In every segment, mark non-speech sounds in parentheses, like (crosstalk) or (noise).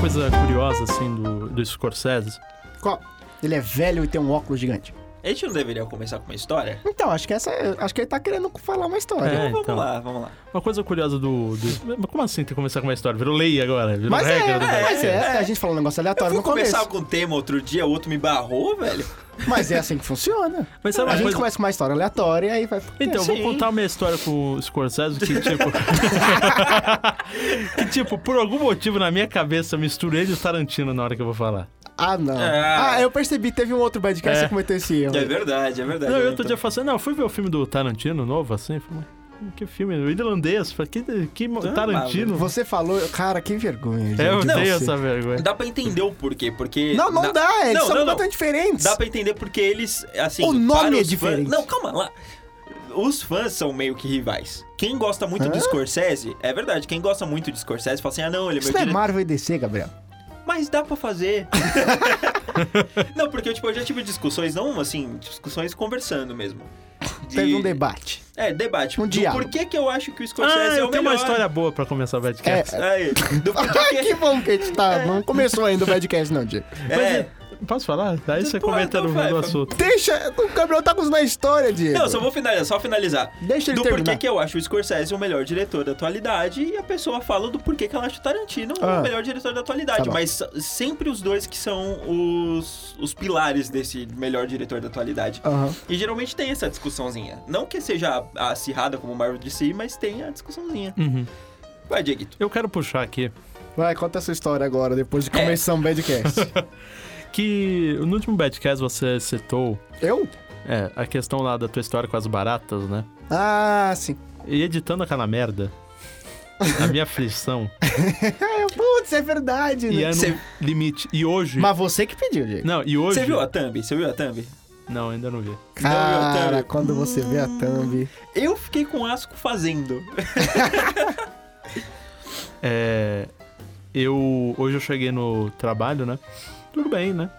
coisa curiosa, assim, do, do Scorsese. Qual? Ele é velho e tem um óculos gigante. A gente não deveria começar com uma história? Então, acho que essa. Acho que ele tá querendo falar uma história. É, vamos então. lá, vamos lá. Uma coisa curiosa do, do- Mas Como assim tem que começar com uma história? Virou lei agora, virou Mas é, regra. do mas podcast. é, a gente falou um negócio Eu aleatório fui no começo. começar com um tema outro dia, o outro me barrou, velho. Mas é assim que funciona. (laughs) Mas sabe a uma gente coisa- começa com uma história aleatória e aí vai. Então, eu Sim. vou contar minha história com o Scorsese, (laughs) que tipo... que tipo, por algum motivo na minha cabeça, eu misturei de Tarantino na hora que eu vou falar. Ah, não. É. Ah, eu percebi, teve um outro badcast É. que você cometeu esse erro. É verdade, é verdade. Não, eu né? outro dia falei assim, não, eu fui ver o filme do Tarantino novo, assim, falei, "Hum, que filme, o irlandês, falei, que, que mo- Ah, Tarantino... Você falou, cara, que vergonha. gente, É, eu de tenho você. essa vergonha. Dá pra entender o porquê, porque... Não, não na- dá, é eles Não, são não, não. completamente diferentes. Dá pra entender porque eles, assim... O nome para é os diferente. Fãs... Não, calma lá. Os fãs são meio que rivais. Quem gosta muito Hã? de Scorsese, é verdade, quem gosta muito de Scorsese fala assim, ah não, ele é Isso meu não é diretor. Marvel e DC, Gabriel. Mas dá (laughs) pra fazer. não, porque tipo, eu já tive discussões, não assim, discussões conversando mesmo. De- Teve (laughs) um debate. É, debate. Um do diálogo. Por que que eu acho que o Scorsese Ah, é o eu tenho uma melhor. É, história boa pra começar o podcast. Aí, do (laughs) porquê Ai, que bom que a gente tá. Não começou ainda o badcast, não, Diego. É. Posso falar? Aí você Pô, comenta então no vai, do vai. assunto. Deixa. O Gabriel tá contando a história, Diego. Não, eu só vou finalizar, só finalizar. Deixa ele do terminar. porquê que eu acho o Scorsese o melhor diretor da atualidade e a pessoa fala do porquê que ela acha o Tarantino Ah. o melhor diretor da atualidade. Tá bom. mas sempre os dois que são os, os pilares desse melhor diretor da atualidade. Aham. E geralmente tem essa discussãozinha. Não que seja acirrada como o Marvel DC, mas tem a discussãozinha. Uhum. Vai, Dieguito. Eu quero puxar aqui Vai, conta essa história agora, depois de começar um badcast. que no último podcast você citou (laughs) eu? é, a questão lá da tua história com as baratas, né? Ah, sim. E editando aquela merda, a minha (laughs) aflição É, putz, é verdade, né? ia no Cê- limite. E hoje. Mas você que pediu, Diego. Não, e hoje. Você viu a thumb? Você viu a thumb? Não, ainda não vi. Não, eu Cara, também. quando você vê a thumb. Eu fiquei com asco fazendo. (laughs) É. Eu. Hoje eu cheguei no trabalho, né? Tudo bem, né?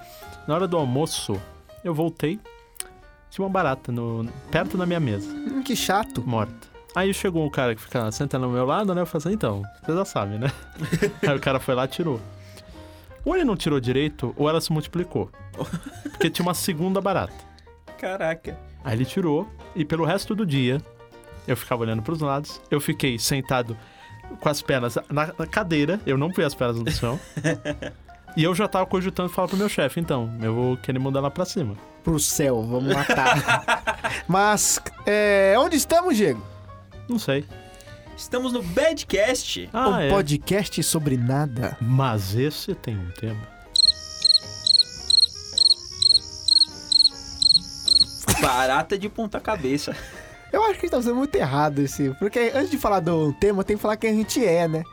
Na hora do almoço, eu voltei. Tinha uma barata no, perto da minha mesa. Hum, que chato. morta. Aí chegou o cara que fica sentando ao meu lado, né? Eu falei assim, então, você já sabe, (laughs) né? Aí o cara foi lá e tirou. Ou ele não tirou direito, ou ela se multiplicou. Porque tinha uma segunda barata. Caraca. Aí ele tirou, e pelo resto do dia, eu ficava olhando pros lados. Eu fiquei sentado com as pernas na, na cadeira, eu não fui as pernas no (laughs) chão. e eu já tava cogitando falar pro meu chefe, então, eu vou querer mandar lá pra cima. Pro céu, vamos matar. (laughs) Mas, é, onde estamos, Diego? Não sei. Estamos no Badcast. Ah, um é. podcast sobre nada. Mas esse tem um tema. Barata de ponta cabeça. Eu acho que a gente tá usando muito errado esse. Porque antes de falar do tema, tem que falar quem a gente é, (laughs) né?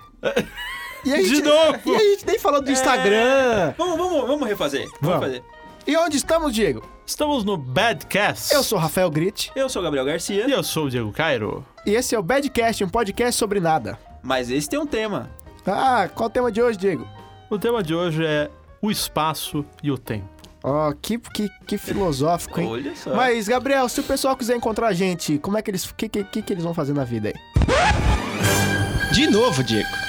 E a De gente, novo! E a gente nem falou do Instagram. Vamos, vamos, vamos refazer. Vamos, Vamos. fazer. E onde estamos, Diego? Estamos no Badcast. Eu sou o Rafael Grit Eu sou o Gabriel Garcia, E eu sou o Diego Cairo. e esse é o Badcast, um podcast sobre nada. mas esse tem um tema. Ah, qual o tema de hoje, Diego? O tema de hoje é o espaço e o tempo. Ó, que, que, que filosófico, hein? Olha só. Mas, Gabriel, se o pessoal quiser encontrar a gente, como é que eles. O que, que, que que eles vão fazer na vida aí? De novo, Diego. (laughs)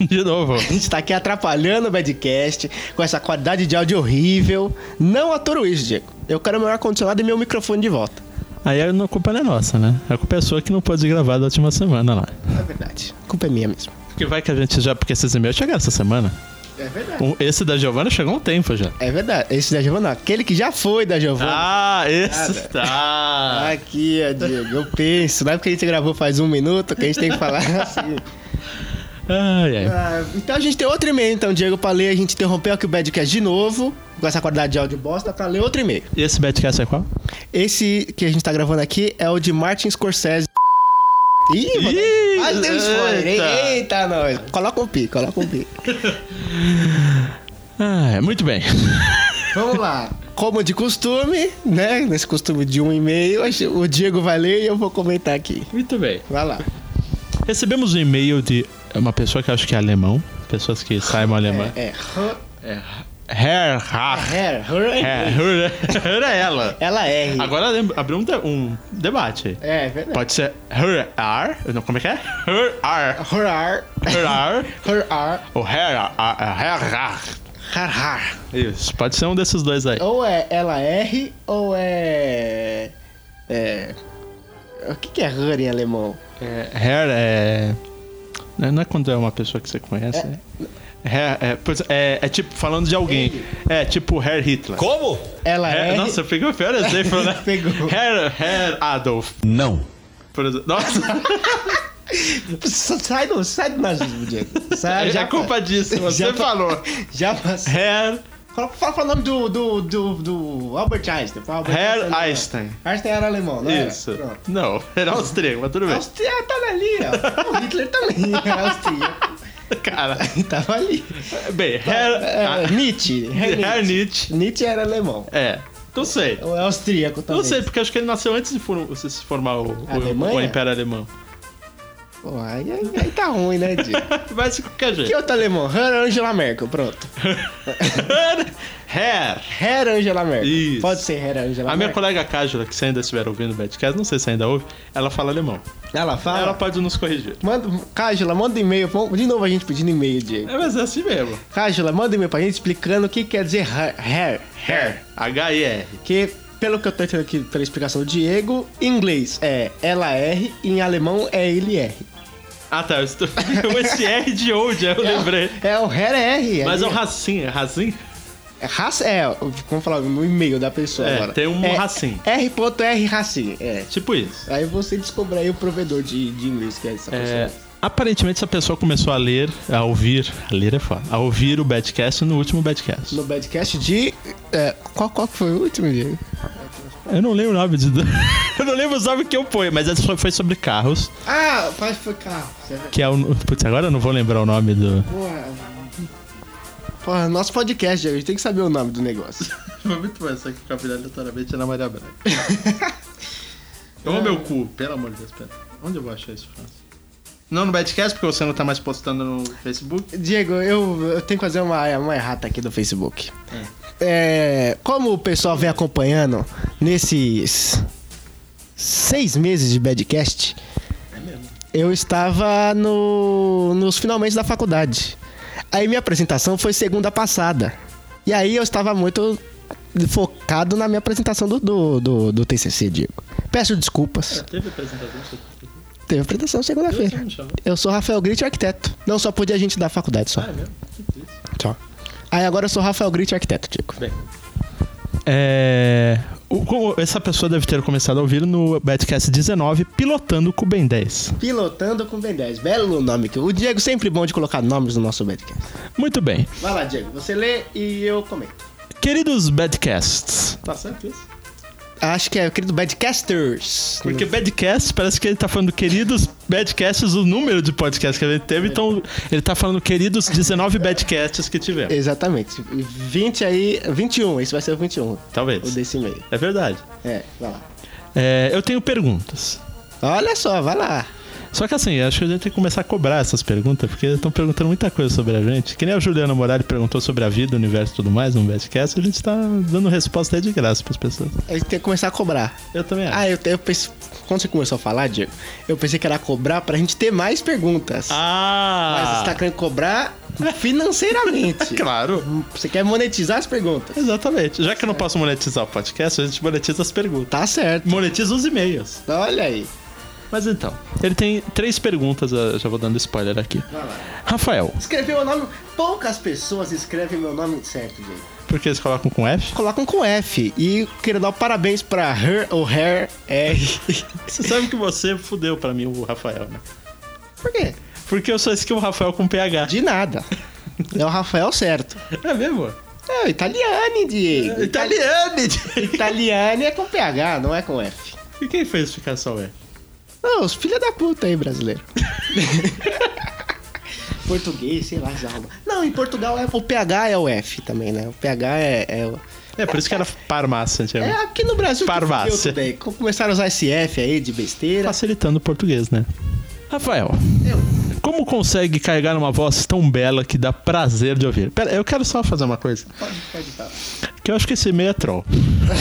De novo. A gente tá aqui atrapalhando o Badcast com essa qualidade de áudio horrível. Não atoro isso, Diego. Eu quero meu ar-condicionado e meu microfone de volta. Aí a culpa não é nossa, né? A culpa é sua que não pôde gravar da última semana lá. É verdade. A culpa é minha mesmo. Porque vai que a gente já. Porque esses e-mails chegaram essa semana. É verdade. O- Esse da Giovana chegou há um tempo já. É verdade. Esse da Giovana, aquele que já foi da Giovana. Ah, esse. Ah. Tá. Aqui, ó, Diego, eu penso. Não é porque a gente gravou faz um minuto que a gente tem que falar assim. Ai, ai. (laughs) Ah, então a gente tem outro e-mail, então, Diego, pra ler. A gente interrompeu aqui o Badcast de novo, com essa qualidade de áudio bosta, pra ler outro e-mail. E esse Badcast é qual? Esse que a gente tá gravando aqui é o de Martin Scorsese. Ih, mano. Ih, Ah, deu spoiler. hein? eita. Eita, nós. Coloca um pi, coloca um pi. Ah, muito bem. Vamos lá. Como de costume, né? Nesse costume de um e-mail, o Diego vai ler e eu vou comentar aqui. Muito bem. Vai lá. Recebemos um e-mail de uma pessoa que eu acho que é alemão. Pessoas que saibam alemão. É. É, Hair, ha. Her, her, É, her, (laughs) her é ela. Ela é. Agora lembra- abriu um, de- um debate. É, verdade. Pode ser her ar, não, como é que é? Her ar, Her ar. her ar, (laughs) Her ar. ou her ar, her ar. Har har. Isso, pode ser um desses dois aí. Ou é ela R ou é. É. O que, que é her em alemão? É, Her é. né, Não é quando é uma pessoa que você É. conhece, né? Her- é, pois é, é tipo falando de alguém. É tipo Herr Hitler. Como? Ela Her- é. nossa, pegou o pior exemplo, né? (laughs) Pegou. Herr, Herr Adolf. Não. Por exemplo. (laughs) Nossa, Sai do, sai do nazismo, Diego. Sai, (laughs) é já, é culpa disso, você (laughs) já- tá- falou. Já passou. Herr, Fala, fala, fala o nome do, do, do, do Albert Einstein. Fala, Albert Herr era Einstein. alemão. Einstein era alemão, não era? Isso. É, Pronto. Não, (laughs) era austríaco, mas tudo bem. Áustria tava ali, ó. O Hitler tá (laughs) também era austríaco. Cara, (laughs) tava ali. bem, Herr, É, Nietzsche. Herr, Herr Nietzsche. Nietzsche. Nietzsche era alemão. É, não sei. Ou é austríaco também. Não sei, porque acho que ele nasceu antes de for- de se formar o, o, Alemanha? o Império Alemão. (laughs) Pô, aí, aí- aí tá ruim, né, é Diego? Mas de qualquer jeito. que outro alemão? Herr Angela Merkel, pronto. Hair. Herr Angela Merkel. Isso. Pode ser Herr Angela A minha Merkel. colega Cájula, que se ainda estiver ouvindo o Badcast, não sei se ainda ouve, ela fala alemão. Ela fala... Ela pode nos corrigir. Manda, Cájula, manda um e-mail. Vamos- De novo a gente pedindo e-mail, Diego. É, mas é assim mesmo. Cájula, manda um e-mail pra gente explicando o que quer dizer hair. hair. Hair. H-I-R. Que, pelo que eu tô entendendo aqui pela explicação do Diego, em inglês é ela R, em alemão é ele R. Ah, tá. Eu estou... (laughs) Esse R de onde? Eu lembrei. É o hair é R. Mas é é um racim, é racim? É, raça, é, como falar no e-mail da pessoa É, agora. tem um é, racim. R.R. Racim, é. Tipo isso. Aí você descobre aí o provedor de, de inglês que é essa É, pessoa. aparentemente essa pessoa começou a ler, a ouvir, a ler é foda, a ouvir o Badcast no último Badcast. No Badcast de. é, qual, qual que foi o último, Diego? Eu não lembro o nome de... (laughs) eu não lembro o nome que eu ponho, mas essa foi sobre carros, Ah, faz foi carro. que é o... Putz, agora eu não vou lembrar o nome do... Porra. Porra, nosso podcast, Diego, a gente tem que saber o nome do negócio. Foi muito bom essa que cabelo aleatoriamente é na Maria (laughs) Braga. Eu amo meu cu, pelo amor de Deus, pera. Onde eu vou achar isso, França? Não no Badcast, porque você não tá mais postando no Facebook. Diego, eu, eu tenho que fazer uma, uma errata aqui do Facebook. É, como o pessoal vem acompanhando nesses seis meses de Badcast, É eu estava no, nos finalmente da faculdade. Aí minha apresentação foi segunda passada. E aí eu estava muito focado na minha apresentação do, do, do, do TCC, Diego. Peço desculpas. tá, Teve apresentação? você- Teve apresentação você segunda-feira. me chamou? Eu sou Rafael Gritti, arquiteto. Não só podia gente da faculdade, só. Ah, é mesmo? Só. Aí agora eu sou Rafael Gritti, arquiteto, Tico. É. o- como essa pessoa deve ter começado a ouvir no Badcast 19, pilotando com o Ben 10. Pilotando com Ben 10. Belo nome. que O Diego sempre bom de colocar nomes no nosso Badcast. Muito bem. Vai lá, Diego. Você lê e eu comento. Queridos Badcasts. Tá certo isso? Acho que é o querido Badcasters. Porque Badcast parece que ele tá falando queridos Badcasts, o número de podcasts que a gente teve. Então, ele tá falando queridos 19 Badcasts que tivemos. Exatamente. 20 aí... 21. Esse vai ser o 21. O Talvez. desse meio. É verdade. É, vai lá. É, eu tenho perguntas. Olha só, vai lá. Só que assim, acho que a gente tem que começar a cobrar essas perguntas, porque estão perguntando muita coisa sobre a gente. Que nem a Juliana Morali perguntou sobre a vida, o universo e tudo mais no Badcast, a gente tá dando resposta aí de graça pras pessoas. A gente tem que começar a cobrar. Eu também acho. Ah, eu, eu pensei... Quando você começou a falar, Diego, eu pensei que era cobrar pra gente ter mais perguntas. Mas Ah! você tá querendo cobrar (laughs) financeiramente. Claro! Você quer monetizar as perguntas. Exatamente. Já que eu não posso monetizar o podcast, a gente monetiza as perguntas. Tá certo. Monetiza os e-mails. Olha aí. Mas então, ele tem três perguntas, eu já vou dando spoiler aqui. Vai lá. Rafael, Escrever o nome. Poucas pessoas escrevem meu nome certo, gente. por que eles colocam com F? Colocam um com F. E quero dar parabéns pra Her ou Hair R. Você sabe que você fudeu pra mim o Rafael, né? Por quê? Porque eu só escrevo o Rafael com PH. De nada. É o Rafael certo. É mesmo? É o Italiani, Diego. É, Italiane! Italiani é com PH, não é com F. E quem fez ficar só o E? Não, os filha da puta (laughs) aí, brasileiro. Português, sei lá, Zalba. Não, em Portugal é, o PH é o F também, né? O PH é. é o- É, por isso que era farmácia é antigamente. aqui no Brasil. que Farmácia. fudeu tudo aí. Co- Começaram a usar esse F aí de besteira. Facilitando o português, né? Rafael, Eu. como Como consegue carregar uma voz tão bela que dá prazer de ouvir? Pera, eu quero só fazer uma coisa. Que eu acho que esse meio (laughs) é troll.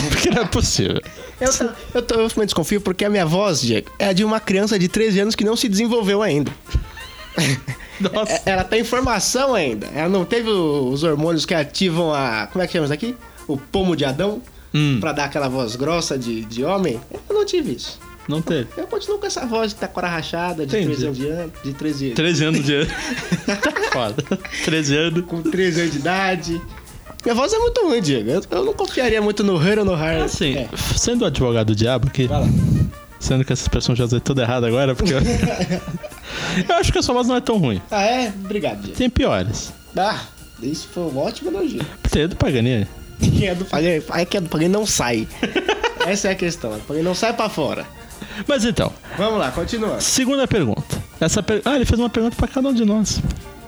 Porque não é possível. Eu, ta- eu, tô- eu também desconfio porque a minha voz, Diego, é a de uma criança de 13 anos que não se desenvolveu ainda. Nossa. É- Ela tem formação ainda. Ela não teve o- os hormônios que ativam a. Como é que chama isso aqui? O pomo de Adão? Hum. Pra dar aquela voz grossa de, de homem. Eu não tive isso. Não teve. Eu continuo com essa voz de tacora rachada, de Entendi. 13 anos de ano, de 13 anos. 13 anos de. (laughs) tá foda. 13 anos. Com 13 anos de idade. Minha voz é muito ruim, Diego. Eu, eu não confiaria muito no Her ou no Har. Assim, É. sendo o advogado do diabo aqui. Sendo que essa expressão já é toda errada agora, (laughs) porque. Eu... eu acho que a sua voz não é tão ruim. Ah, é? Obrigado, Diego. Tem piores. Ah, isso foi um ótimo elogio. Tem do Paganini. Quem é do Paguei, aí quem é do Paguei não sai. (laughs) Essa é a questão. O Paguei não sai pra fora. Mas então, Vamos lá, continua. segunda pergunta. Essa per... Ah, ele fez uma pergunta pra cada um de nós.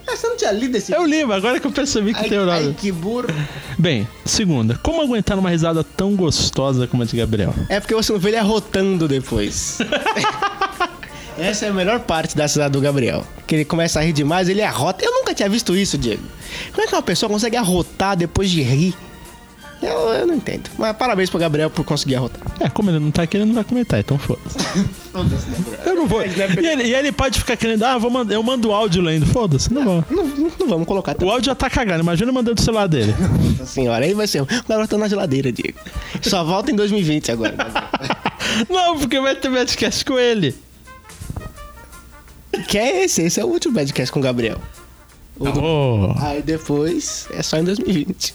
Ah, você não tinha lido esse... Eu li, mas agora que eu percebi que Ai, tem o ai, nome. que burro. Bem, segunda. Como aguentar uma risada tão gostosa como a de Gabriel? É porque você não vê ele arrotando depois. (laughs) Essa é a melhor parte da cidade do Gabriel. Que ele começa a rir demais, ele arrota. Eu nunca tinha visto isso, Diego. Como é que uma pessoa consegue arrotar depois de rir? Eu, eu não entendo. Mas parabéns pro Gabriel por conseguir arrotar. É, como ele não tá aqui, ele não vai comentar, então (laughs) foda-se. Eu não é vou. E ele, e ele pode ficar querendo, ah, vou mandar, eu mando o áudio lendo. Foda-se, não vou. Não, não- não vamos colocar O áudio já tá cagando, imagina mandando o celular dele. Nossa senhora, aí vai ser. O Gabriel tá na geladeira, Diego. Só volta em 2020 agora. (laughs) não, porque vai ter podcast com ele. que é esse? Esse é o último podcast com o Gabriel. Oh. Aí depois é só em 2020.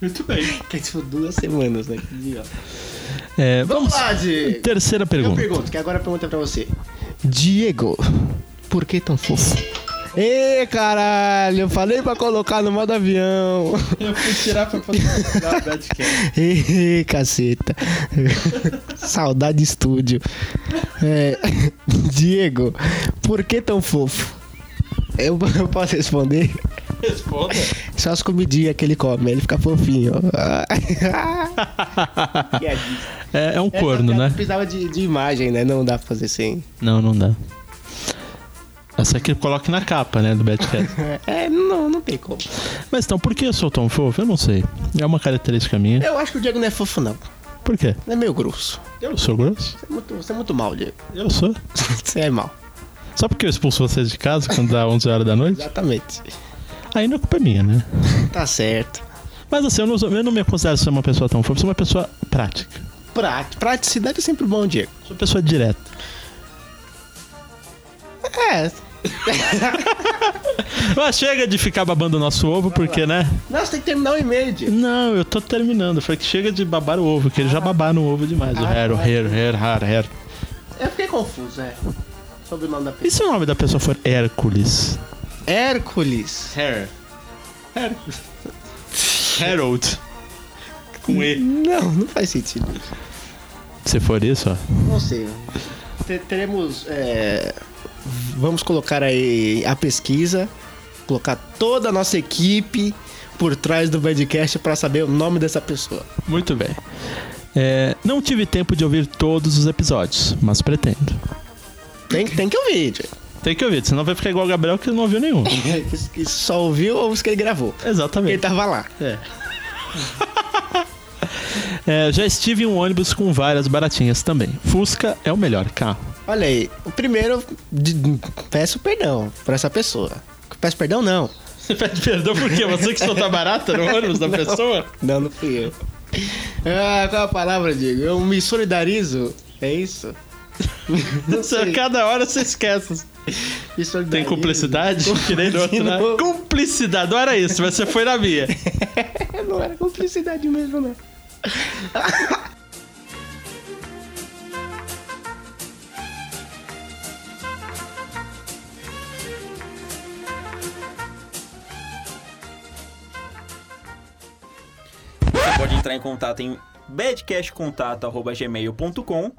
Muito bem. que é tipo duas semanas, né? Que dia, ó. É, vamos. Vamos lá, Diego. Terceira Eu pergunta. pergunto, que agora a pergunta é pra você. Diego, por que tão fofo? Ê, caralho, eu falei pra colocar no modo avião. Eu fui tirar pra poder dar o podcast. (laughs) Ê, caceta. (laughs) Saudade de estúdio. É, (laughs) Diego, por que tão fofo? Eu, eu posso responder? Responda. (laughs) Só as comidinhas que ele come, ele fica fofinho. É, é um (laughs) corno, né? Precisava de, de imagem, né? Não dá pra fazer sem. Não, não dá. Essa aqui coloque na capa, né, do Badcast. (laughs) É, não, não tem como. Mas então, por que eu sou tão fofo? Eu não sei. É uma característica minha. Eu acho que o Diego não é fofo, não. Por quê? Ele é meio grosso. Eu sou grosso? Você é muito, você é muito mal, Diego. (laughs) Eu sou. Você é mal. Só porque eu expulso vocês de casa quando dá 11 horas da noite? Exatamente. Aí não é culpa minha, né? Tá certo. Mas assim, eu não, sou- eu não me considero ser uma pessoa tão fofa. Sou uma pessoa prática. Prati- Praticidade é sempre bom, Diego. Sou uma pessoa direta. É. Mas chega de ficar babando o nosso ovo, porque, né? Nossa, tem que terminar o e-mail, Diego. Não, eu tô terminando. Foi que chega de babar o ovo, que eles já babaram o ovo demais. O hair, o hair, o hair, hair, hair. Eu fiquei confuso, é. Sobre o nome da E pessoa. se o nome da pessoa for Hércules? Hércules. Hair. Hair. Harold. Com E. Não, não faz sentido. Se for isso, ó. Não sei. Te- teremos. é, Vamos colocar aí a pesquisa, colocar toda a nossa equipe por trás do podcast pra saber o nome dessa pessoa. Muito bem. É, não tive tempo de ouvir todos os episódios, mas pretendo. Tem, tem que ouvir, (laughs) Diego. Tem que ouvir, senão vai ficar igual o Gabriel que não ouviu nenhum. Que- que só ouviu ou os que ele gravou. Ele (laughs) Exatamente. tava lá. É, já estive em um ônibus com várias baratinhas também. Fusca é o melhor carro. Olha aí, o primeiro de- peço perdão pra essa pessoa. Peço perdão não. Você pede perdão por quê? Você que solta barata no ônibus (laughs) da pessoa? Não, não fui eu. Ah, qual é a palavra, Diego? Eu me solidarizo. É isso? Não sei. Cada hora você esquece. Me solidarizo. Tem (laughs) cumplicidade? Que nem no outro, né? Não. Cumplicidade, não era isso, mas você foi na minha. Não era cumplicidade mesmo, não. Você pode entrar em contato em badcastcontato.gmail.com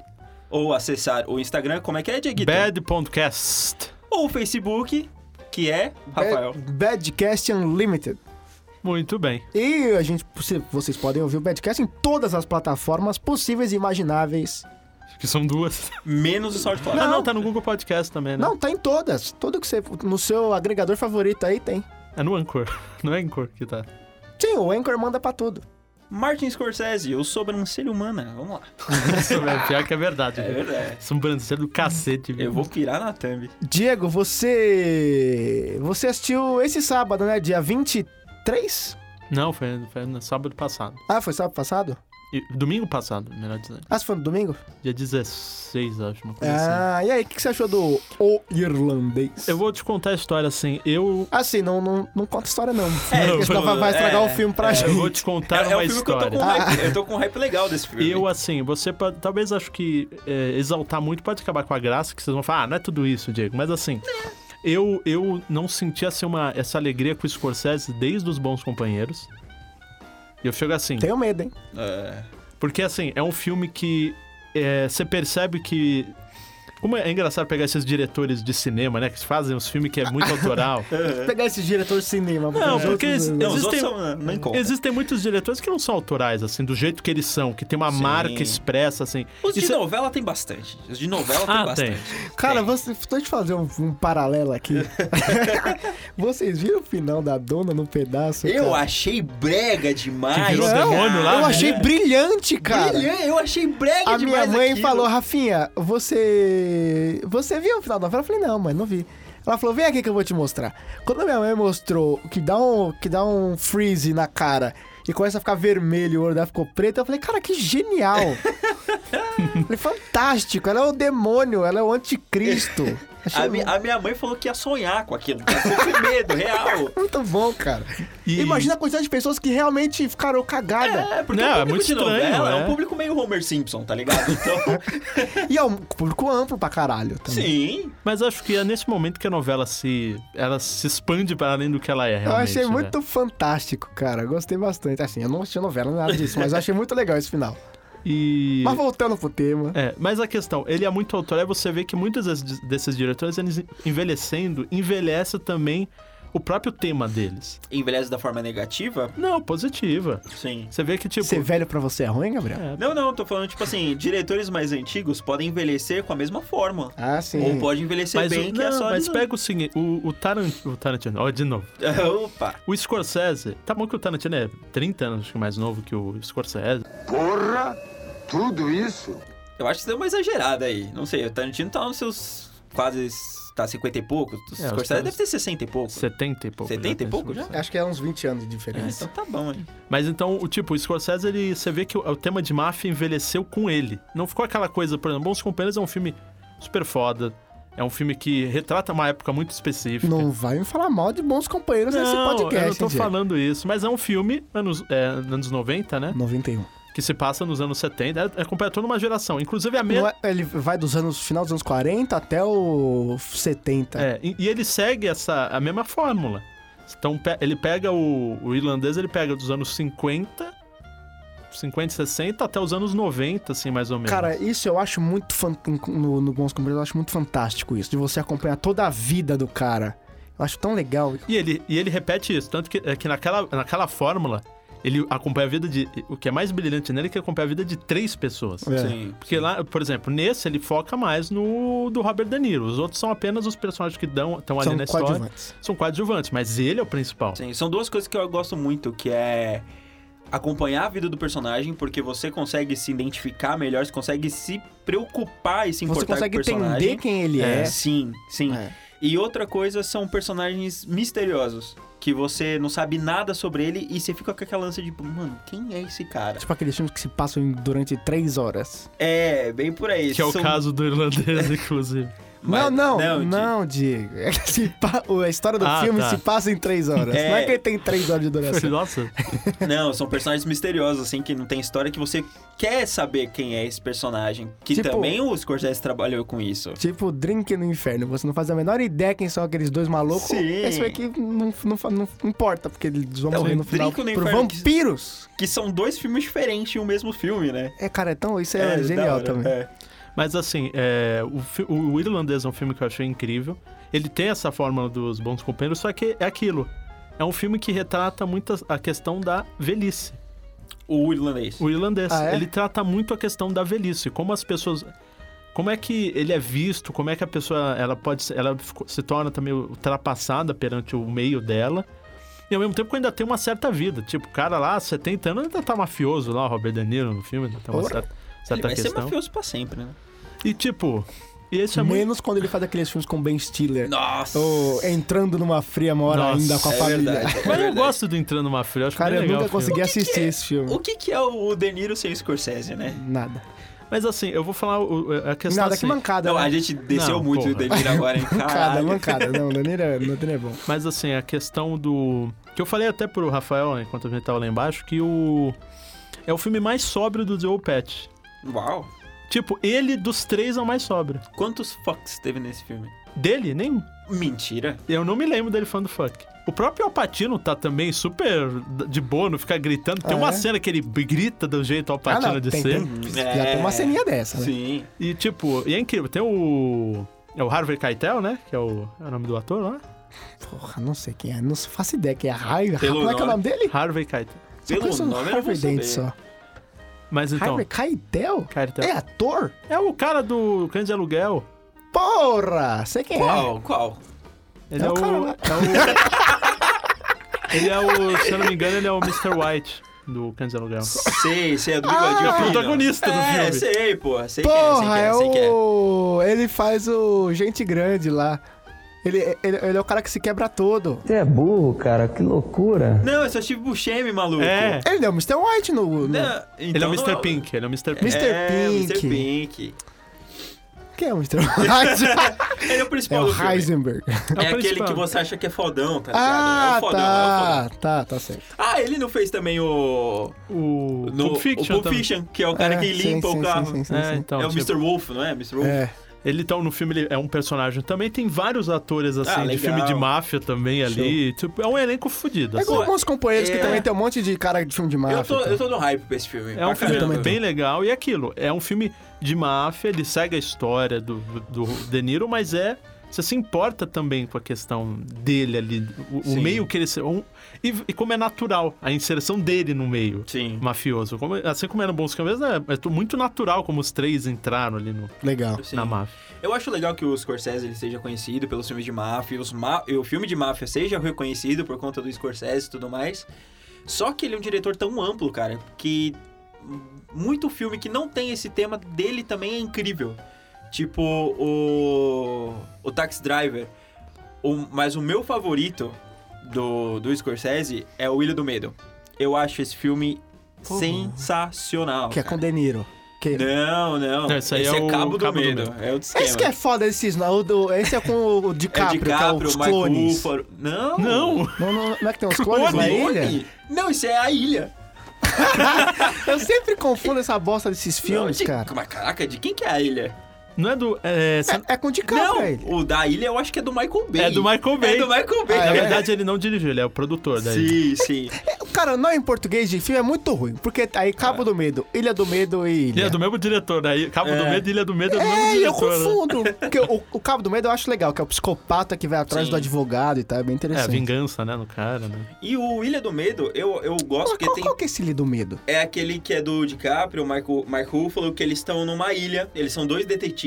ou acessar o Instagram, como é que é, Dieguito? Bad Podcast. Ou o Facebook, que é, Rafael. Bad- Badcast Unlimited. Muito bem. E a gente, você- vocês podem ouvir o Badcast em todas as plataformas possíveis e imagináveis. que são duas. Menos o SoundCloud. Não, não, tá no Google Podcast também, né? Não, tá em todas. Tudo que você. No seu agregador favorito aí tem. É no Anchor. (laughs) Não é Anchor que tá. Sim, o Anchor manda pra tudo. Martin Scorsese, eu sou sobrancelha humana. Vamos lá. Isso, velho, pior que é verdade. É velho. verdade. Sobrancelha do cacete, velho. Eu vou pirar na thumb. Diego, você. Você assistiu esse sábado, né? Dia 23? Não, foi, foi no sábado passado. Ah, foi sábado passado? E- domingo passado, melhor dizendo. Ah, se foi no domingo? Dia 16, acho, uma coisa assim. Ah, e aí, o que, que você achou do O Irlandês? Eu vou te contar a história assim. (laughs) Eu. Assim, não, não, não conta história, não. É, Porque senão vai- vai estragar é, o filme pra é, gente. eu vou te contar é uma um filme história. que eu tô com né? hype. Eu tô com um hype legal desse filme. Eu, assim, você pode, talvez acho que é, exaltar muito pode acabar com a graça, que vocês vão falar, ah, não é tudo isso, Diego, mas assim. É. Eu, eu não senti assim, uma, essa alegria com o Scorsese desde os bons companheiros. E Eu chego assim. Tenho medo, hein? É. Porque, assim, é um filme que é, você percebe que. Como é engraçado pegar esses diretores de cinema, né? Que fazem uns filmes que é muito autoral. Vou pegar esse diretor de cinema. vou Não, pegar porque outros- esse- Não, os Existem- outros são, um- não encontro. Existem muitos diretores que não são autorais, assim, do jeito que eles são, que tem uma Sim. marca expressa, assim. Os de Isso é- novela tem bastante. Os de novela tem Ah, tem. bastante. Cara, você, deixa eu te fazer um, um paralelo (laughs) aqui. Vocês viram o final da dona no pedaço? Eu cara? achei brega demais. Que virou cara. demônio lá, Eu né? achei brilhante, cara. Brilhante, eu achei brega A minha demais. mãe aquilo. falou, Rafinha, você. Você viu o final da novela? Eu falei, não, mãe, não vi. Ela falou, vem aqui que eu vou te mostrar. Quando minha mãe mostrou que dá um, que dá um freeze na cara e começa a ficar vermelho, o olho dela ficou preto, eu falei, cara, que genial! (laughs) Ele é fantástico, ela é o demônio, ela é o (laughs) anticristo. Achei A, mi- a minha mãe falou que ia sonhar com aquilo. Ela Ficou com medo, (laughs) real. muito bom, cara. E- Imagina a quantidade de pessoas que realmente ficaram (laughs) cagada. É, porque Não, o é público muito de estranho, novela é é. um público meio Homer Simpson, tá ligado? (laughs) Então, E é um público amplo pra caralho também. sim. Mas acho que é nesse momento que a novela se ela se expande para além do que ela é, Eu realmente. achei né? muito fantástico, cara. Eu Gostei bastante. Assim, eu não assisti novela, (laughs) nada disso, mas eu achei muito legal esse final. E Mas voltando pro tema. é, mas a questão, ele é muito autoral, e você vê que muitos desses, desses diretores eles envelhecendo, envelhece também o próprio tema deles. Envelhece da forma negativa? Não, positiva. Sim. Você vê que tipo Ser velho pra você é ruim, Gabriel? é, Não, não, tô falando, tipo assim, diretores mais antigos podem envelhecer com a mesma forma. Ah, sim. Ou pode envelhecer mas, bem, o- que não, é só. mas eles- pega o seguinte, o, o Tarantino, o Tarantino, ó, de novo. (laughs) Opa! O Scorsese, tá bom que o Tarantino é 30 anos acho que mais novo que o Scorsese. Porra, tudo isso? Eu acho que você deu uma exagerada aí. Não sei, o Tarantino tá nos seus quase. tá 50 e pouco. O É, os tá Scorsese caras- deve ter 60 e pouco. 70 e pouco. né? 70 e tem pouco já? Scorsese. Acho que é uns 20 anos de É, diferença. então tá bom, hein? Mas então, o tipo, o Scorsese, ele, você vê que o, o tema de máfia envelheceu com ele. Não ficou aquela coisa, por exemplo, Bons Companheiros é um filme super foda. É um filme que retrata uma época muito específica. Não vai me falar mal de bons companheiros nesse podcast, eu É. não tô hein, Diego? falando isso, mas é um filme, anos, é, anos 90, né? 91. Que se passa nos anos 70, é, acompanha toda uma geração. Inclusive a Não mesma. é- ele vai dos anos final dos anos 40 até o 70. É, e, e ele segue essa, a mesma fórmula. Então pe- ele pega o, o irlandês, ele pega dos anos 50, 50, 60 até os anos 90, assim, mais ou menos. Cara, isso eu acho muito fan- no, no Bons Companheiros, eu acho muito fantástico isso, de você acompanhar toda a vida do cara. Eu acho tão legal. E ele, e ele repete isso, tanto que, é que naquela, naquela fórmula, ele acompanha a vida de. O que é mais brilhante nele é que ele acompanha a vida de três pessoas. É. Sim. Porque lá, por exemplo, nesse ele foca mais no do Robert De Niro. Os outros são apenas os personagens que dão, estão ali São na história. coadjuvantes. São coadjuvantes, mas ele é o principal. Sim, são duas coisas que eu gosto muito, que é acompanhar a vida do personagem, porque você consegue se identificar melhor, você consegue se preocupar e se importar Você consegue com o personagem. entender quem ele É. é. Sim, sim. É. E outra coisa são personagens misteriosos, que você não sabe nada sobre ele e você fica com aquela lança de, mano, quem é esse cara? Tipo aqueles filmes que se passam em- durante três horas. É, bem por aí. Que é o São- caso do irlandês, inclusive. Mas- não, não, de- não, Diego. É que se pa- A história do Ah, filme tá. se passa em três horas. É. Não é que ele tem três horas de Falei, duração. Nossa, (laughs) Não, são personagens misteriosos, assim, que não tem história, que você quer saber quem é esse personagem. Que Tipo- também o Scorsese trabalhou com isso. Tipo, Drink no Inferno. Você não faz a menor ideia quem são aqueles dois malucos. Sim. Isso aqui não, não, fa- não importa, porque eles vão Não, morrer no Drink final no por Inferno que- vampiros. Que são dois filmes diferentes em um mesmo filme, né? É, cara, então isso é, genial da hora, também. é. Mas assim, é, o, fi- o Irlandês é um filme que eu achei incrível. Ele tem essa fórmula dos bons companheiros, só que é aquilo. É um filme que retrata muito a- a questão da velhice. O irlandês. O irlandês. Ah, é? Ele trata muito a questão da velhice, como as pessoas. Como é que ele é visto? Como é que a pessoa ela pode ser- ela ficou- se torna também ultrapassada perante o meio dela? E ao mesmo tempo que ainda tem uma certa vida. Tipo, o cara lá, 70 anos, ainda tá mafioso lá, o Robert De Niro no filme, ainda tem uma Porra. certa, Ele certa vai ser questão. mafioso pra sempre, né? E tipo, e esse é muito. Menos quando ele faz aqueles filmes com Ben Stiller. Nossa! Ou entrando numa fria uma hora Nossa, ainda É. com a é família. verdade, é (laughs) Mas eu verdade. gosto do Entrando Mafia, eu acho Cara, bem eu legal. nunca o filme. consegui assistir é? esse filme. O que, que é o De Niro sem Scorsese, né? Nada. Mas assim, eu vou falar o- a questão Nada, assim, que mancada. Não, né? a gente Ah, é. desceu Não, muito porra. do De Niro agora, (laughs) hein? Mancada, Caralho. mancada. Não, o Danilo é, o Danilo é bom. Mas assim, a questão do. Que eu falei até pro Rafael, né, enquanto a gente tava lá embaixo, que o. É o filme mais sóbrio do Joe Patch. Uau! Tipo, ele dos três é o mais sóbrio. Quantos fucks teve nesse filme? Dele, nenhum. Mentira. Eu não me lembro dele falando fuck. O próprio Alpatino tá também super de boa, não ficar gritando. Tem Ah, uma é? cena que ele grita do jeito Alpatino Ah, não, de tem- ser. tem- Já tem uma ceninha dessa, né? É. Sim. E tipo, e é incrível. Tem o. É o Harvey Keitel, né? Que é o, é o nome do ator lá. Porra, não sei quem é. Não faço ideia quem é. Harvey. Pelo Como é que é o nome dele? Harvey Keitel. Só Pelo conheço o nome eu não vou Harvey Dent saber. só. Mas então. Harvey Keitel? Keitel. É ator? É o cara do Cães de Aluguel. Porra! Sei quem é. Qual? Qual? Ele É é, o o. cara lá. é o- ele é o. Se eu não me engano, ele é o Mr. White do Cães de Aluguel. Sei, sei, é do bigodinho. é o fino. protagonista do É, filme. sei, porra. Sei Porra, quem é, é sei quem é, sei quem é. o. Ele faz o Gente Grande lá. Ele, ele, ele é o cara que se quebra todo. Você é burro, cara, que loucura. Não, eu só tive Buscemi, maluco. É. Ele deu o Mr. White no. no- Não, então Ele é o não Mr. Pink, ele é o Mr. Pink. Mr. É, o Pink. Mr. Pink. Quem é o Mr. White? Ele (laughs) é o é principal o do filme. Heisenberg. É o aquele principal. que você acha que é fodão, tá ligado? É Ah, o fodão, é o tá. fodão. Tá, tá certo. Ah, ele não fez também o... O. No, Pulp Fiction. o Pulp também. Fiction, que é o cara É, que sim, limpa sim, o carro. Sim, sim, É, sim, sim. então. é o tipo, Mr. Wolf, não é? Mr. Wolf. É. Ele tá no filme, ele é um personagem também. Tem vários atores, assim, de legal. filme de máfia também ali. Tipo, é um elenco fodido. É assim. como alguns companheiros é. que também tem um monte de cara de filme de máfia. Eu tô, tá? eu tô no hype pra esse filme. É pra um filme caramba. bem legal. E é aquilo, é um filme de máfia, ele segue a história do, do De Niro, mas é. Você se importa também com a questão dele ali, o, o Sim. meio que ele. se- Um, e, e como é natural a inserção dele no meio Sim. mafioso. Como- assim como eram bons cabeças, é, é tu- muito natural como os três entraram ali no, tá? Legal. Sim. na máfia. Eu acho legal que o Scorsese ele seja conhecido pelos filmes de máfia, os ma- e o filme de máfia seja reconhecido por conta do Scorsese e tudo mais. Só que ele é um diretor tão amplo, cara, que muito filme que não tem esse tema dele também é incrível. Tipo o o Taxi Driver. O- mas o meu favorito do, do Scorsese é o Ilha do Medo. Eu acho esse filme Porra. sensacional. Que é com cara. De Niro. Que... É. Não, não. Não, esse aí é o Cabo Cabo, do, do medo. Medo. É o Esse que é esquema. foda, esse não. o do- Esse é com o É DiCaprio, de que é Caprio, os Mike clones. Búfalo. Não! Não! Não, não, não é que tem uns clones na Clone? (laughs) ilha? Não, isso é a ilha. Eu sempre confundo essa bosta desses filmes, Não, de- cara. Mas caraca, de quem que é a ilha? Não é do. É, sa- É, é com o DiCaprio, Não, ele. o da ilha eu acho que é do Michael Bay. É do Michael Bay. É do Michael Bay. Ah, na é? verdade, ele não dirigiu, ele é o produtor daí. Sim, sim. Cara, não em português de filme é muito ruim, porque aí Cabo do Medo, Ilha do Medo e Ele Ilha. é do mesmo diretor, daí. Cabo do É. Medo e Ilha do Medo é do mesmo É, eu diretor. né? confundo. Porque o, o Cabo do Medo eu acho legal, que é o psicopata que vai atrás Sim. do advogado e tal, é bem É, a interessante. vingança, né, no cara, né? E o Ilha do Medo, eu, eu Mas qual, gosto porque tem... qual que é esse Ilha do Medo? É aquele que é do DiCaprio, o Michael, Mark Ruffalo, que eles estão numa ilha. Eles são dois detetives.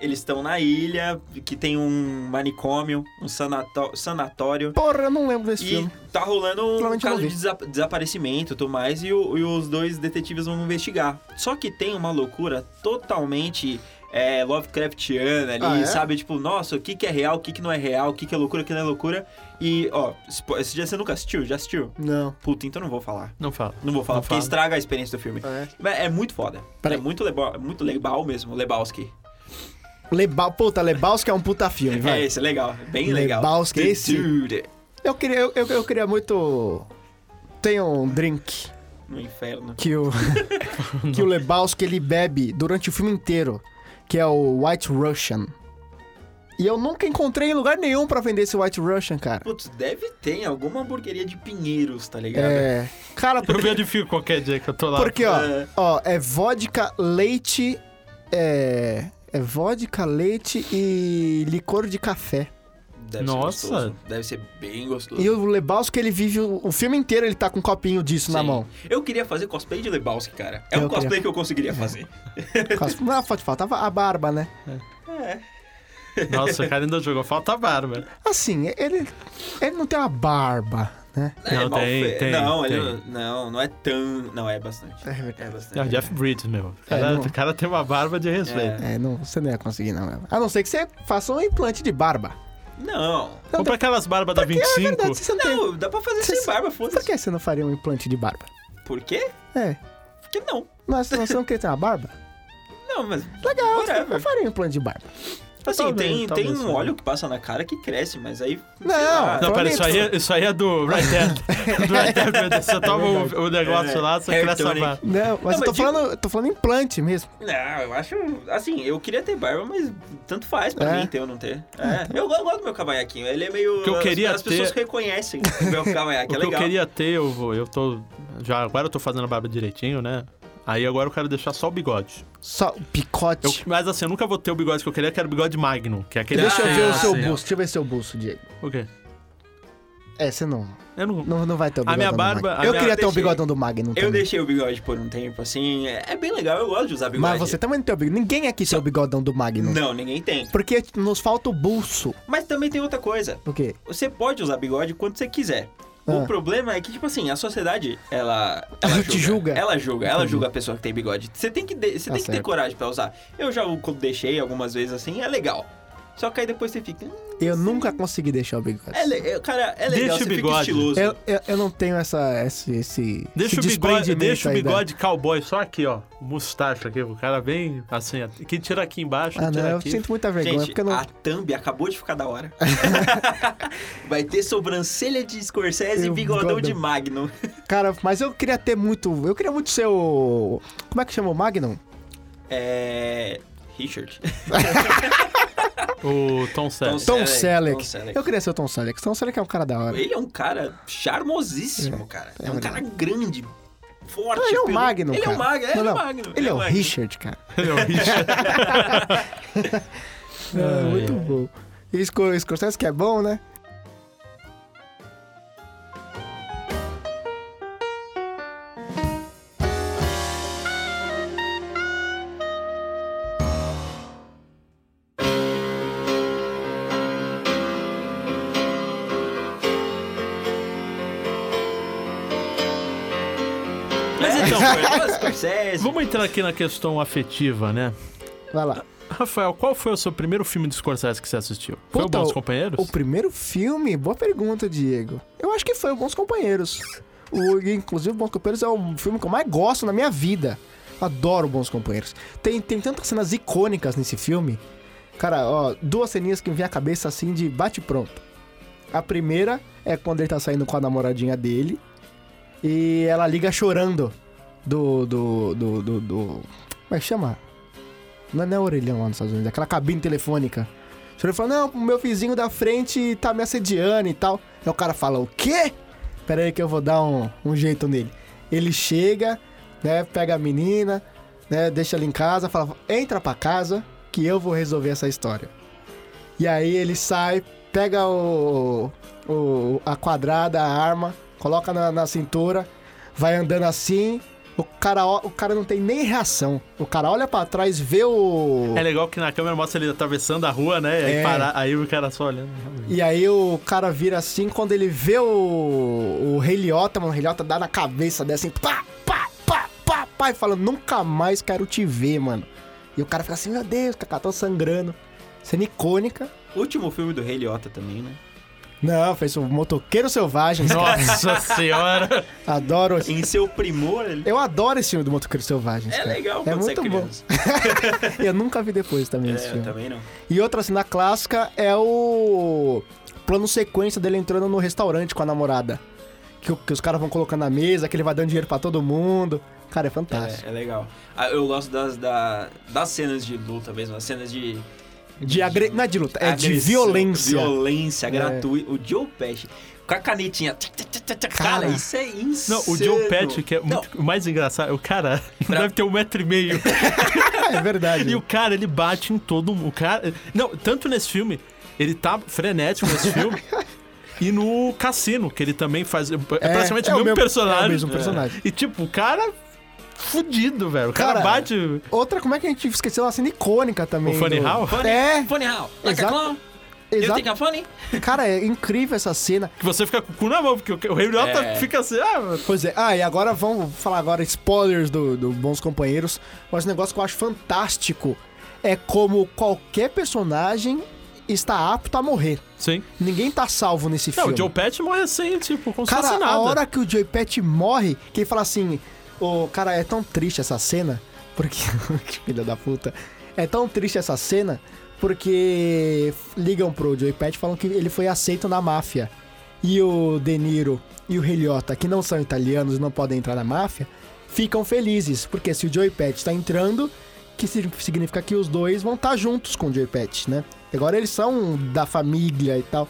Eles estão na ilha, que tem um manicômio, um sanató- sanatório. Porra, eu não lembro desse E filme. tá rolando um Provavelmente eu caso não de vi. desa- desaparecimento e tudo mais, e, o- e os dois detetives vão investigar. Só que tem uma loucura totalmente é, Lovecraftiana ali, Ah, é? sabe? Tipo, nossa, o que, que é real, o que, que não é real, o que, que é loucura, o que não é loucura. E, ó, spo- esse dia você nunca assistiu? Já assistiu? Não. Puta, então não vou falar. Não fala. Não vou falar, Não porque fala. estraga a experiência do filme. É. Mas é muito foda. Peraí. É muito, lebo- muito legal mesmo, Lebowski. Lebal, puta, Lebalski é um puta filme, É, vai. esse é legal, bem legal. Lebowski, The esse- Dude. Eu queria, eu, eu, eu queria muito. Tem um drink No inferno. que (laughs) o. que o Lebowski ele bebe durante o filme inteiro, que é o White Russian. E eu nunca encontrei em lugar nenhum pra vender esse White Russian, cara. Putz, deve ter em alguma hamburgueria de Pinheiros, tá ligado? É. Cara, Eu porque, verifico qualquer dia que eu tô lá. porque ó, É. ó, é vodka, leite. É. É vodka, leite e licor de café. Deve Nossa. ser gostoso. Deve ser bem gostoso. E o Lebowski, ele vive o, o filme inteiro, ele tá com um copinho disso na Sim. mão. Eu queria fazer cosplay de Lebowski, cara. É Eu um cosplay queria. que eu (laughs) conseguiria fazer. Não, fal- faltava a barba, né? é. Nossa, o cara ainda jogou falta barba. Assim, ele, ele não tem uma barba, né? Não, é mal tem- feito. tem- Não, ele- tem. não, não é tão... Não, é bastante. É verdade. É o bastante. Jeff Bridges, meu. O cara, não. o cara tem uma barba de respeito. É, não, você não ia conseguir, não. Eva. A não ser que você faça um implante de barba. Não. Compra aquelas barbas da Porque é 25. verdade, você não, tem. Não, dá pra fazer Você- sem barba, Por foda-se. que você não faria um implante de barba? Por quê? É. Porque não. Mas você não quer ter uma barba? Não, mas... Legal, eu Whatever. faria um implante de barba. Assim, Talvez, tem, talvez, tem um talvez. óleo que passa na cara que cresce, mas aí... sei Não, lá. Não, pera, Olha isso aí, é- isso aí é do Right Dead. do Right Dead, você toma o, o negócio É, lá, você hair cresce a tonic. barba. Não, Né? mas Não, eu tô mas falando, eu tô falando implante mesmo. Não, eu acho. Assim, eu queria ter barba, mas tanto faz pra É. então. mim ter ou não ter. É, eu, go- gosto do meu cavanhaquinho. Ele é meio. O que eu as- queria as, pessoas ter- reconhecem o meu cavanhaque. (laughs) O é que eu legal. queria ter, eu vou. Eu tô. Já, agora eu tô fazendo a barba direitinho, né? Aí agora eu quero deixar só o bigode. Só o Eu- picote. mas assim, eu nunca vou ter o bigode que eu queria, eu quero o bigode magno. Que é aquele. Deixa eu ver o Ah, seu sim. busto, deixa eu ver seu busto, Diego. O quê? É, você não, Eu não. não, não vai ter o bigodão minha do barba- Magno. a Eu minha- queria ter o deixei. bigodão do Magno Eu também. deixei o bigode por um tempo, assim. É, é bem legal, eu gosto de usar bigode. Mas você também não tem o bigodão. Ninguém aqui tem um? o bigodão do Magno. Não, ninguém tem. Porque nos falta o bolso. Mas também tem outra coisa. O quê? Você pode usar bigode quando você quiser. Ah. O problema é que, tipo assim, a sociedade, ela. ela Te julga. Tá Ela julga, ela julga a pessoa que tem bigode. Você tem que, de- você tem que ter certo. coragem pra usar. Eu já o deixei algumas vezes assim, é legal. Só que aí depois você fica. "Hum, Eu nunca consegui deixar o bigode. É, le- é, cara, é legal, Deixa o você bigode. fica estiloso. Eu, eu, eu não tenho essa, esse, esse, Deixa esse o bigode, desprendimento deixa o aí né? da- bigode cowboy só aqui, ó. Mustache aqui, o cara bem assim, que tira aqui embaixo, Ah, tira não, eu aqui. sinto muita vergonha, Gente, porque eu não... a thumb acabou de ficar da (laughs) hora. (laughs) Vai ter sobrancelha de Scorsese e Eu bigodão gosto. de Magno. Cara, mas eu queria ter muito... Eu queria muito ser o... Como é que chama o Magnum? É... Richard. O Tom Tom Selleck. Selleck, Tom Selleck. Selleck. Eu queria ser o Tom Selleck. Tom Selleck é um cara da hora. Ele é um cara charmosíssimo, cara. É um cara grande, forte. Ele é o peludo. Magno, Ele cara. é o Magno, é, Não, ele é o não. Magno. Ele é o Magno. Richard, (laughs) cara. Ele é o Richard. (laughs) É, muito bom. E Scor- Scorsese que é bom, né? Mas então, (laughs) foi o Scorsese. Vamos entrar aqui na questão afetiva, né? (laughs) Vai lá. Rafael, qual foi o seu primeiro filme de Scorsese que você assistiu? Foi o Puta, Bons o- Companheiros? O primeiro filme? Boa pergunta, Diego. Eu acho que foi o Bons Companheiros. O, inclusive, Bons Companheiros é o filme que eu mais gosto na minha vida. Adoro Bons Companheiros. Tem, tem tantas cenas icônicas nesse filme. Cara, ó, duas ceninhas que me vêm à cabeça assim de bate-pronto. A primeira é quando ele tá saindo com a namoradinha dele e ela liga chorando do. do. do. do. do como é que chama? Não é, não é orelhão lá nos Estados Unidos, é aquela cabine telefônica. O senhor fala, não, o meu vizinho da frente tá me assediando e tal. Aí o cara fala, o quê? Pera aí que eu vou dar um, um jeito nele. Ele chega, né, pega a menina, né, deixa ela em casa, fala, entra pra casa que eu vou resolver essa história. E aí ele sai, pega o, o- a quadrada, a arma, coloca na, na cintura, vai andando assim. O cara, ó- o cara não tem nem reação. O cara olha pra trás, vê o. É legal que na câmera mostra ele atravessando a rua, né? Aí, É. para- aí o cara só olhando. E aí o cara vira assim, quando ele vê o, o Rei Liotta, mano, o Rei Liotta dá na cabeça dessa assim, pá, pá, pá, pá, pá, e fala, nunca mais quero te ver, mano. E o cara fica assim, meu Deus, Cacá, tô sangrando. Cena icônica. Último filme do Rei Liotta também, né? Não, fez o Motoqueiro Selvagem. (laughs) Nossa senhora! Adoro. Em seu primor, ele... Eu adoro esse filme do Motoqueiro Selvagem. É cara. legal É quando você é muito bom. criança. Eu nunca vi depois também esse É, eu filme. também não. E outra cena clássica é o plano sequência dele entrando no restaurante com a namorada. Que, o- que os caras vão colocando na mesa, que ele vai dando dinheiro pra todo mundo. Cara, é fantástico. É, é legal. Ah, eu gosto das, da- das cenas de luta mesmo, as cenas de. De agre... Não é de luta, é de agressão, violência. Violência É. gratuita. O Joe Pesci com a canetinha. tic, tic, tic, tic, tic. Cara. Cara, isso é Não, insano. o Joe Pesci, que é Não, muito, o mais engraçado, o cara Pra- (laughs) deve ter um metro e meio. (laughs) É verdade. e o cara, ele bate em todo mundo. O cara. Não, tanto nesse filme Ele tá frenético nesse filme. (laughs) E no Cassino, que ele também faz. É, praticamente é o o mesmo mesmo- personagem. é o mesmo personagem. E tipo, o cara. Fudido, velho. O cara, Cara, bate. Outra, como é que a gente esqueceu uma cena icônica também? O Funny do- How? Funny, É. funny how? Like Exato. a clown? You think Exato. I'm funny? Cara, é incrível essa cena. Que você fica com o cu na mão, porque o Rei Lota É. fica assim. Ah, Pois é, ah, e agora vamos falar agora spoilers do, do Bons Companheiros, mas um negócio que eu acho fantástico é como qualquer personagem está apto a morrer. sim. Ninguém tá salvo nesse Não, filme. o Joe Patch morre assim, tipo, como se cara, fosse nada. a hora que o Joey Pet morre, que ele fala assim, ô, cara, é tão triste essa cena, porque... (laughs) que filha da puta. É tão triste essa cena, porque ligam pro Joey Pet e falam que ele foi aceito na máfia. E o De Niro e o Heliota, que não são italianos e não podem entrar na máfia, ficam felizes, porque se o Joey Pet tá entrando, que si- significa que os dois vão estar juntos com o Joey Pet, né? Agora eles são da família e tal.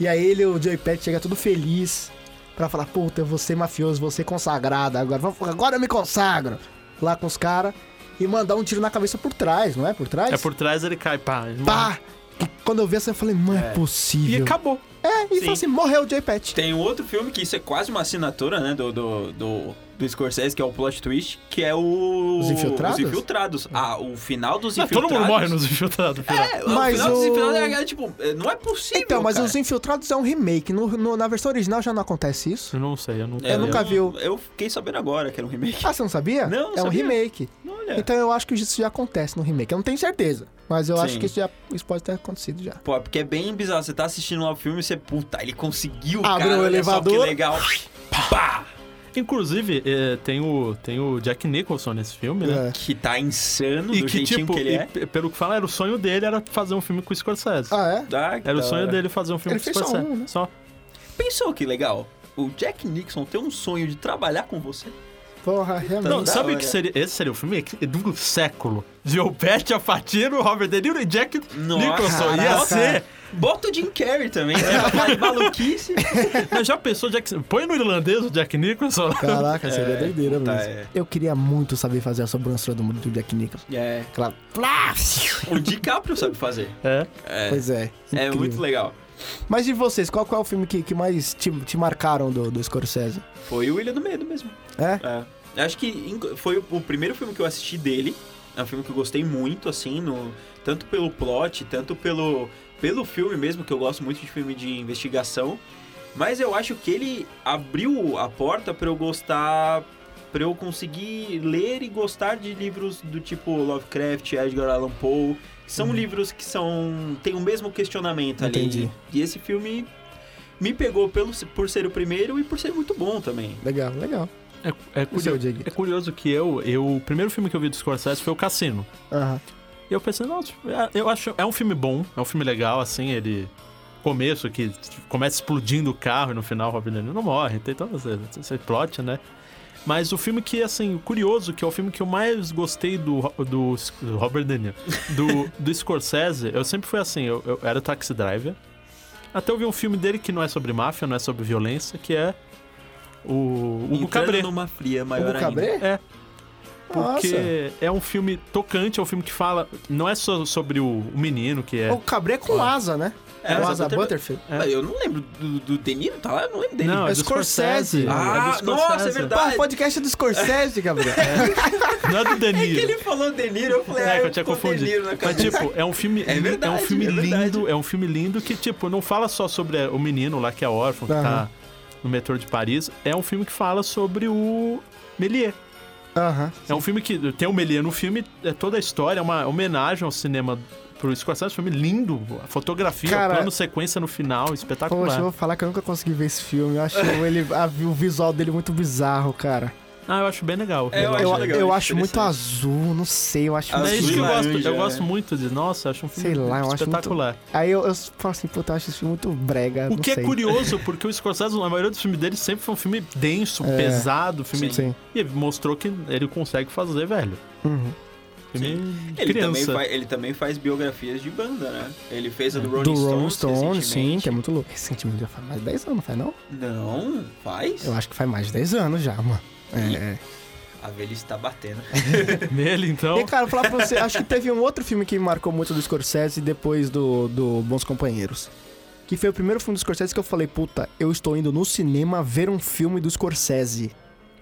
E aí ele, o Joey Pet chega todo feliz pra falar, puta, eu vou ser mafioso, vou ser consagrado agora, vamos- agora eu me consagro lá com os caras e mandar um tiro na cabeça por trás, não é? Por trás? É por trás ele cai, pá. ele morre. Pá! Que quando eu vi essa, eu falei, não é, E possível. acabou. É, e Sim. falou assim, morreu o Joey Pet. Tem um outro filme que isso é quase uma assinatura, né, do, do, do, do Scorsese, que é o plot twist, que é o... Os Infiltrados? Os Infiltrados. Ah, o final dos Não, Infiltrados... todo mundo morre (laughs) nos infiltrados. filha. É, o Mas final dos o- Infiltrados é, é, tipo, é, não é possível, Então, mas cara. Os Infiltrados é um remake. No, no- na versão original já não acontece isso? Eu não sei, eu não É, Eu nunca vi o- Eu fiquei sabendo agora que era um remake. Ah, você não sabia? Não, não É um sabia. remake. Olha... Então eu acho que isso já acontece no remake. Eu não tenho certeza, mas eu acho Sim. que isso, já, isso pode ter acontecido já. (laughs) Pô, porque é bem bizarro. Você tá assistindo lá o filme e você, puta, ele conseguiu, Abre cara. o olha só elevador. Que legal. Pá! Inclusive, é, tem, o, tem o Jack Nicholson nesse filme, né? É. Que tá insano E do que, jeitinho tipo, que ele e é. pe- pelo que fala, era o sonho dele era fazer um filme com o Scorsese. Ah, é? Ah, que era o da sonho hora. dele fazer um filme Ele com o fez só Scorsese. um, né? Só. Pensou que legal? O Jack Nixon tem um sonho de trabalhar com você. Porra, é realmente. Não, da sabe o hora. que seria? Esse seria o filme que- do século. Joe Pesci, Al Pacino, Robert De Niro e Jack Nossa, Nicholson. Ia caraca. ser. Bota o Jim Carrey também, né? Pra falar de (laughs) maluquice. Mas já pensou, Jack... põe no irlandês o Jack Nicholson. (laughs) Caraca, seria doideira É, puta, mesmo. é. Eu queria muito saber fazer a sobrancelha do, do Jack Nicholson. É. Aquela... O DiCaprio sabe fazer. É. É, (laughs) Pois é. é incrível. muito legal. Mas e vocês, qual, qual é o filme que, que mais te, te marcaram do, do Scorsese? Foi o Ilha do Medo mesmo. É? É. Acho que inc- foi o o primeiro filme que eu assisti dele. É um filme que eu gostei muito, assim, no, tanto pelo plot, tanto pelo, pelo filme mesmo, que eu gosto muito de filme de investigação. Mas eu acho que ele abriu a porta pra eu gostar, pra eu conseguir ler e gostar de livros do tipo Lovecraft, Edgar Allan Poe, que são livros que são tem o mesmo questionamento Entendi. ali. E esse filme me pegou pelo, por ser o primeiro e por ser muito bom também. Legal, legal. É, é O seu, curioso, Diego. (laughs) é curioso que eu, eu. O primeiro filme que eu vi do Scorsese foi o Cassino. Aham. E eu pensei, nossa, é- eu acho. É um filme bom, é um filme legal, assim, ele. Começo, que começa explodindo o carro e no final o Robin De Niro não morre, tem todo esse, esse plot, né? Mas o filme que, assim, curioso, que é o filme que eu mais gostei do, Ro- do, S- do Robert De Niro, do, do Scorsese, eu sempre fui assim, eu, eu era taxi driver, até eu vi um filme dele que não é sobre máfia, não é sobre violência, que é o Hugo Entrando Cabret. numa fria O maior ainda. Cabré? É, Nossa. porque é um filme tocante, é um filme que fala. Não é só sobre o, o menino que é. O Cabré com asa, né? É, com asa asa Butterfield. Butterfield. Mas Eu não lembro do, do De Niro, tá lá? Eu não lembro dele. Não, é É do Scorsese. Scorsese. Ah, do nossa, é verdade. Pá, o podcast é do Scorsese, (laughs) Gabriel. Não é do De É que Niro. ele falou De Niro, eu falei, É, ah, que eu tinha tô confundido. De Niro na Mas, cabeça. tipo, é um filme, É é um verdade, filme é verdade. lindo, é um filme lindo que, tipo, não fala só sobre é, o menino lá que é órfão, que tá Aham. no metrô de Paris. É um filme que fala sobre o Méliès. Aham. É um filme que tem o Méliès no filme, é toda a história, é uma homenagem ao cinema pro Scorsese, é um filme lindo, a fotografia, Cara- o plano sequência no final, espetacular. Poxa, eu vou falar que eu nunca consegui ver esse filme. (laughs) Eu acho ele, a- o visual dele muito bizarro, cara. Ah, eu acho bem legal. É, eu Eu, acho legal, eu acho acho muito azul, não sei, eu acho... Azul é isso que eu e gosto. laranja, eu é. gosto muito de. Nossa, eu acho um filme Sei lá, eu acho muito- espetacular. Aí eu, eu falo assim, puta, eu acho esse filme muito brega, O não que sei. é curioso, porque o Scorsese, na maioria dos filmes dele, sempre foi um filme denso, É. pesado, filme. Sim. E ele mostrou que ele consegue fazer, velho. Uhum. Filme (laughs) ele, também criança. faz, ele também faz biografias de banda, né? Ele fez a do Rolling Do Stones. Rolling Stone, sim, recentemente. que é muito louco. Recentemente já faz mais de 10 anos, não faz não? Não, faz? Eu acho que faz mais de 10 anos já, mano. É. A velhice tá batendo. Nele, (laughs) então. E, cara, vou falar pra você, acho que teve um outro filme que me marcou muito do Scorsese depois do, do Bons Companheiros. Que foi o primeiro filme do Scorsese que eu falei, puta, eu estou indo no cinema ver um filme do Scorsese.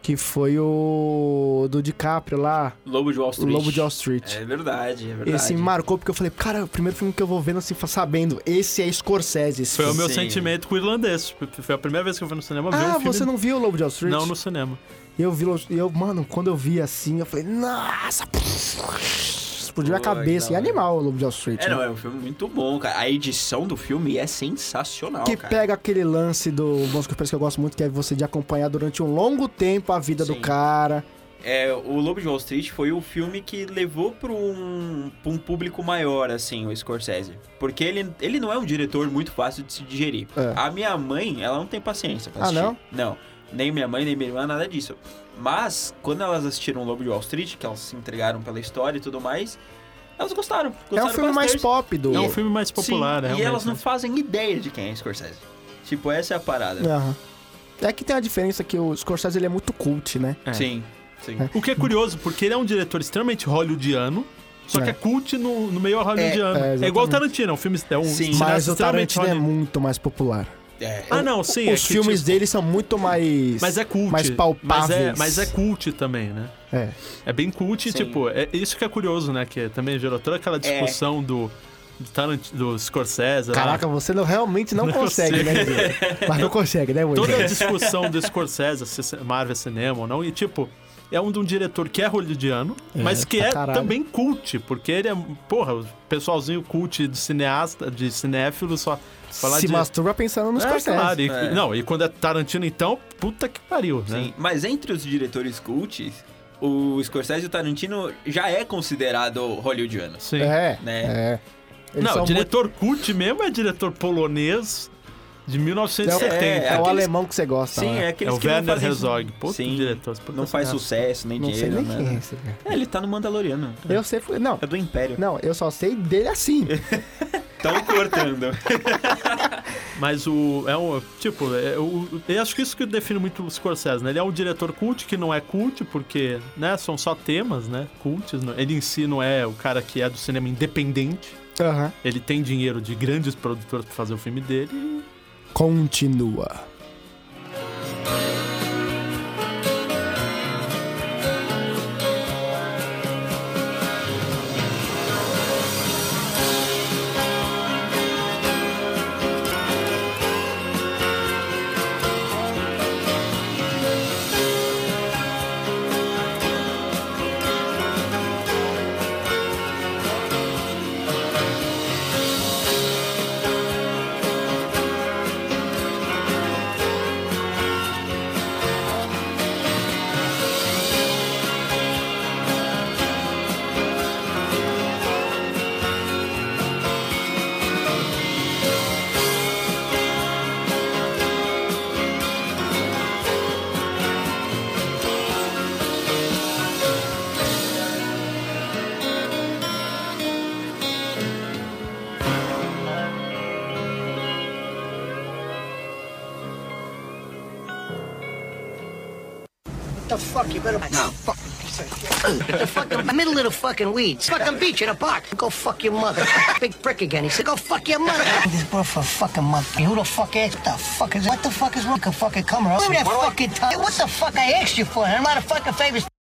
Que foi o do DiCaprio lá, Lobo de Wall o Street. Lobo de Wall Street. É verdade, é verdade. Esse me marcou porque eu falei, cara, é o primeiro filme que eu vou vendo assim, fa- sabendo, esse é Scorsese. esse Foi o filme. meu Sim. sentimento com o irlandês. Foi a primeira vez que eu fui no cinema ver um Ah, filme. você não viu o Lobo de Wall Street? Não no cinema. E eu vi, Lo- e eu, mano, quando eu vi assim, eu falei, nossa, explodiu a Pô, cabeça. que E da é hora. animal o Lobo de Wall Street. É, né? não, é um filme muito bom, cara. A edição do filme é sensacional, que cara. pega aquele lance do Bons Companheiros que eu gosto muito, que é você de acompanhar durante um longo tempo a vida Sim. do cara. É, o Lobo de Wall Street foi o filme que levou pra um, pra um público maior, assim, o Scorsese. Porque ele, ele não é um diretor muito fácil de se digerir. É. A minha mãe, ela não tem paciência pra Ah, assistir. não? Não. Nem minha mãe, nem minha irmã, nada disso. Mas, quando elas assistiram o Lobo de Wall Street, que elas se entregaram pela história e tudo mais, elas gostaram. É gostaram um filme mais bastante. pop do. É um filme mais popular, Sim, né? E elas não fazem ideia de quem é Scorsese. Tipo, essa é a parada. Aham. É que tem a diferença que o Scorsese ele é muito cult, né? É. Sim, sim. O que é curioso, porque ele é um diretor extremamente hollywoodiano, só que é É. cult no, no meio hollywoodiano. É, é, É, exatamente. igual o Tarantino, é um filme é um Sim. cineasta Mas o extremamente Tarantino é holly- muito mais popular. É, Ah, não, sim. é Os que, filmes tipo, dele são muito mais. Mas é cult. mais Mas é, palpáveis. mas é cult também, né? É. É bem cult, e, Sim. tipo, é isso que é curioso, né? Que também gerou toda aquela discussão do, do, Tarant- do Scorsese. né? lá. Caraca, você não- realmente não, Não consegue, né, consigo. Guilherme? Mas não consegue, né, toda a Moisés? discussão do Scorsese, se Marvel é cinema ou não, e tipo, é um de um diretor que é hollywoodiano, mas que pra é caralho. também cult, porque ele é, porra, o pessoalzinho cult de cineasta, de cinéfilo, só falar Se de... masturba pensando nos É, Scorsese. claro, e- É. Não, e quando é Tarantino, então, puta que pariu, né? Sim, mas entre os diretores cults, o Scorsese e o Tarantino já é considerado hollywoodiano. Sim. É, Né? é. Eles não, são o diretor cult mesmo é diretor polonês de muito... 1970. é, é o aqueles- alemão que você gosta, Sim, né? é É aqueles o que não Werner fazem... Herzog. Puta Sim, diretor. puta Não faz cara. sucesso, nem Não sei dinheiro, nem quem é né? esse cara. É, ele tá no Mandaloriano. Eu sei... Não, É do Império. não, eu só sei dele (laughs) assim. Tão cortando. Mas o. É um. Tipo, é, o, eu acho que isso que define muito o Scorsese, né? Ele é um diretor cult que não é cult, porque, né, são só temas, né? Cults. né? Ele em si não é o cara que é do cinema independente. Aham. Ele tem dinheiro de grandes produtores pra fazer o filme dele. Continua. the fuck? You better no. fuck. The fucking middle of the fucking weeds. Fucking beach in a park. Go fuck your mother. Big prick again. He said, go fuck your mother. This bro for a fucking month. Who the fuck is? What the fuck is? What the fuck is wrong? Fucking come around. Give me that fucking time. What the fuck I asked you for? I'm not a fucking favor.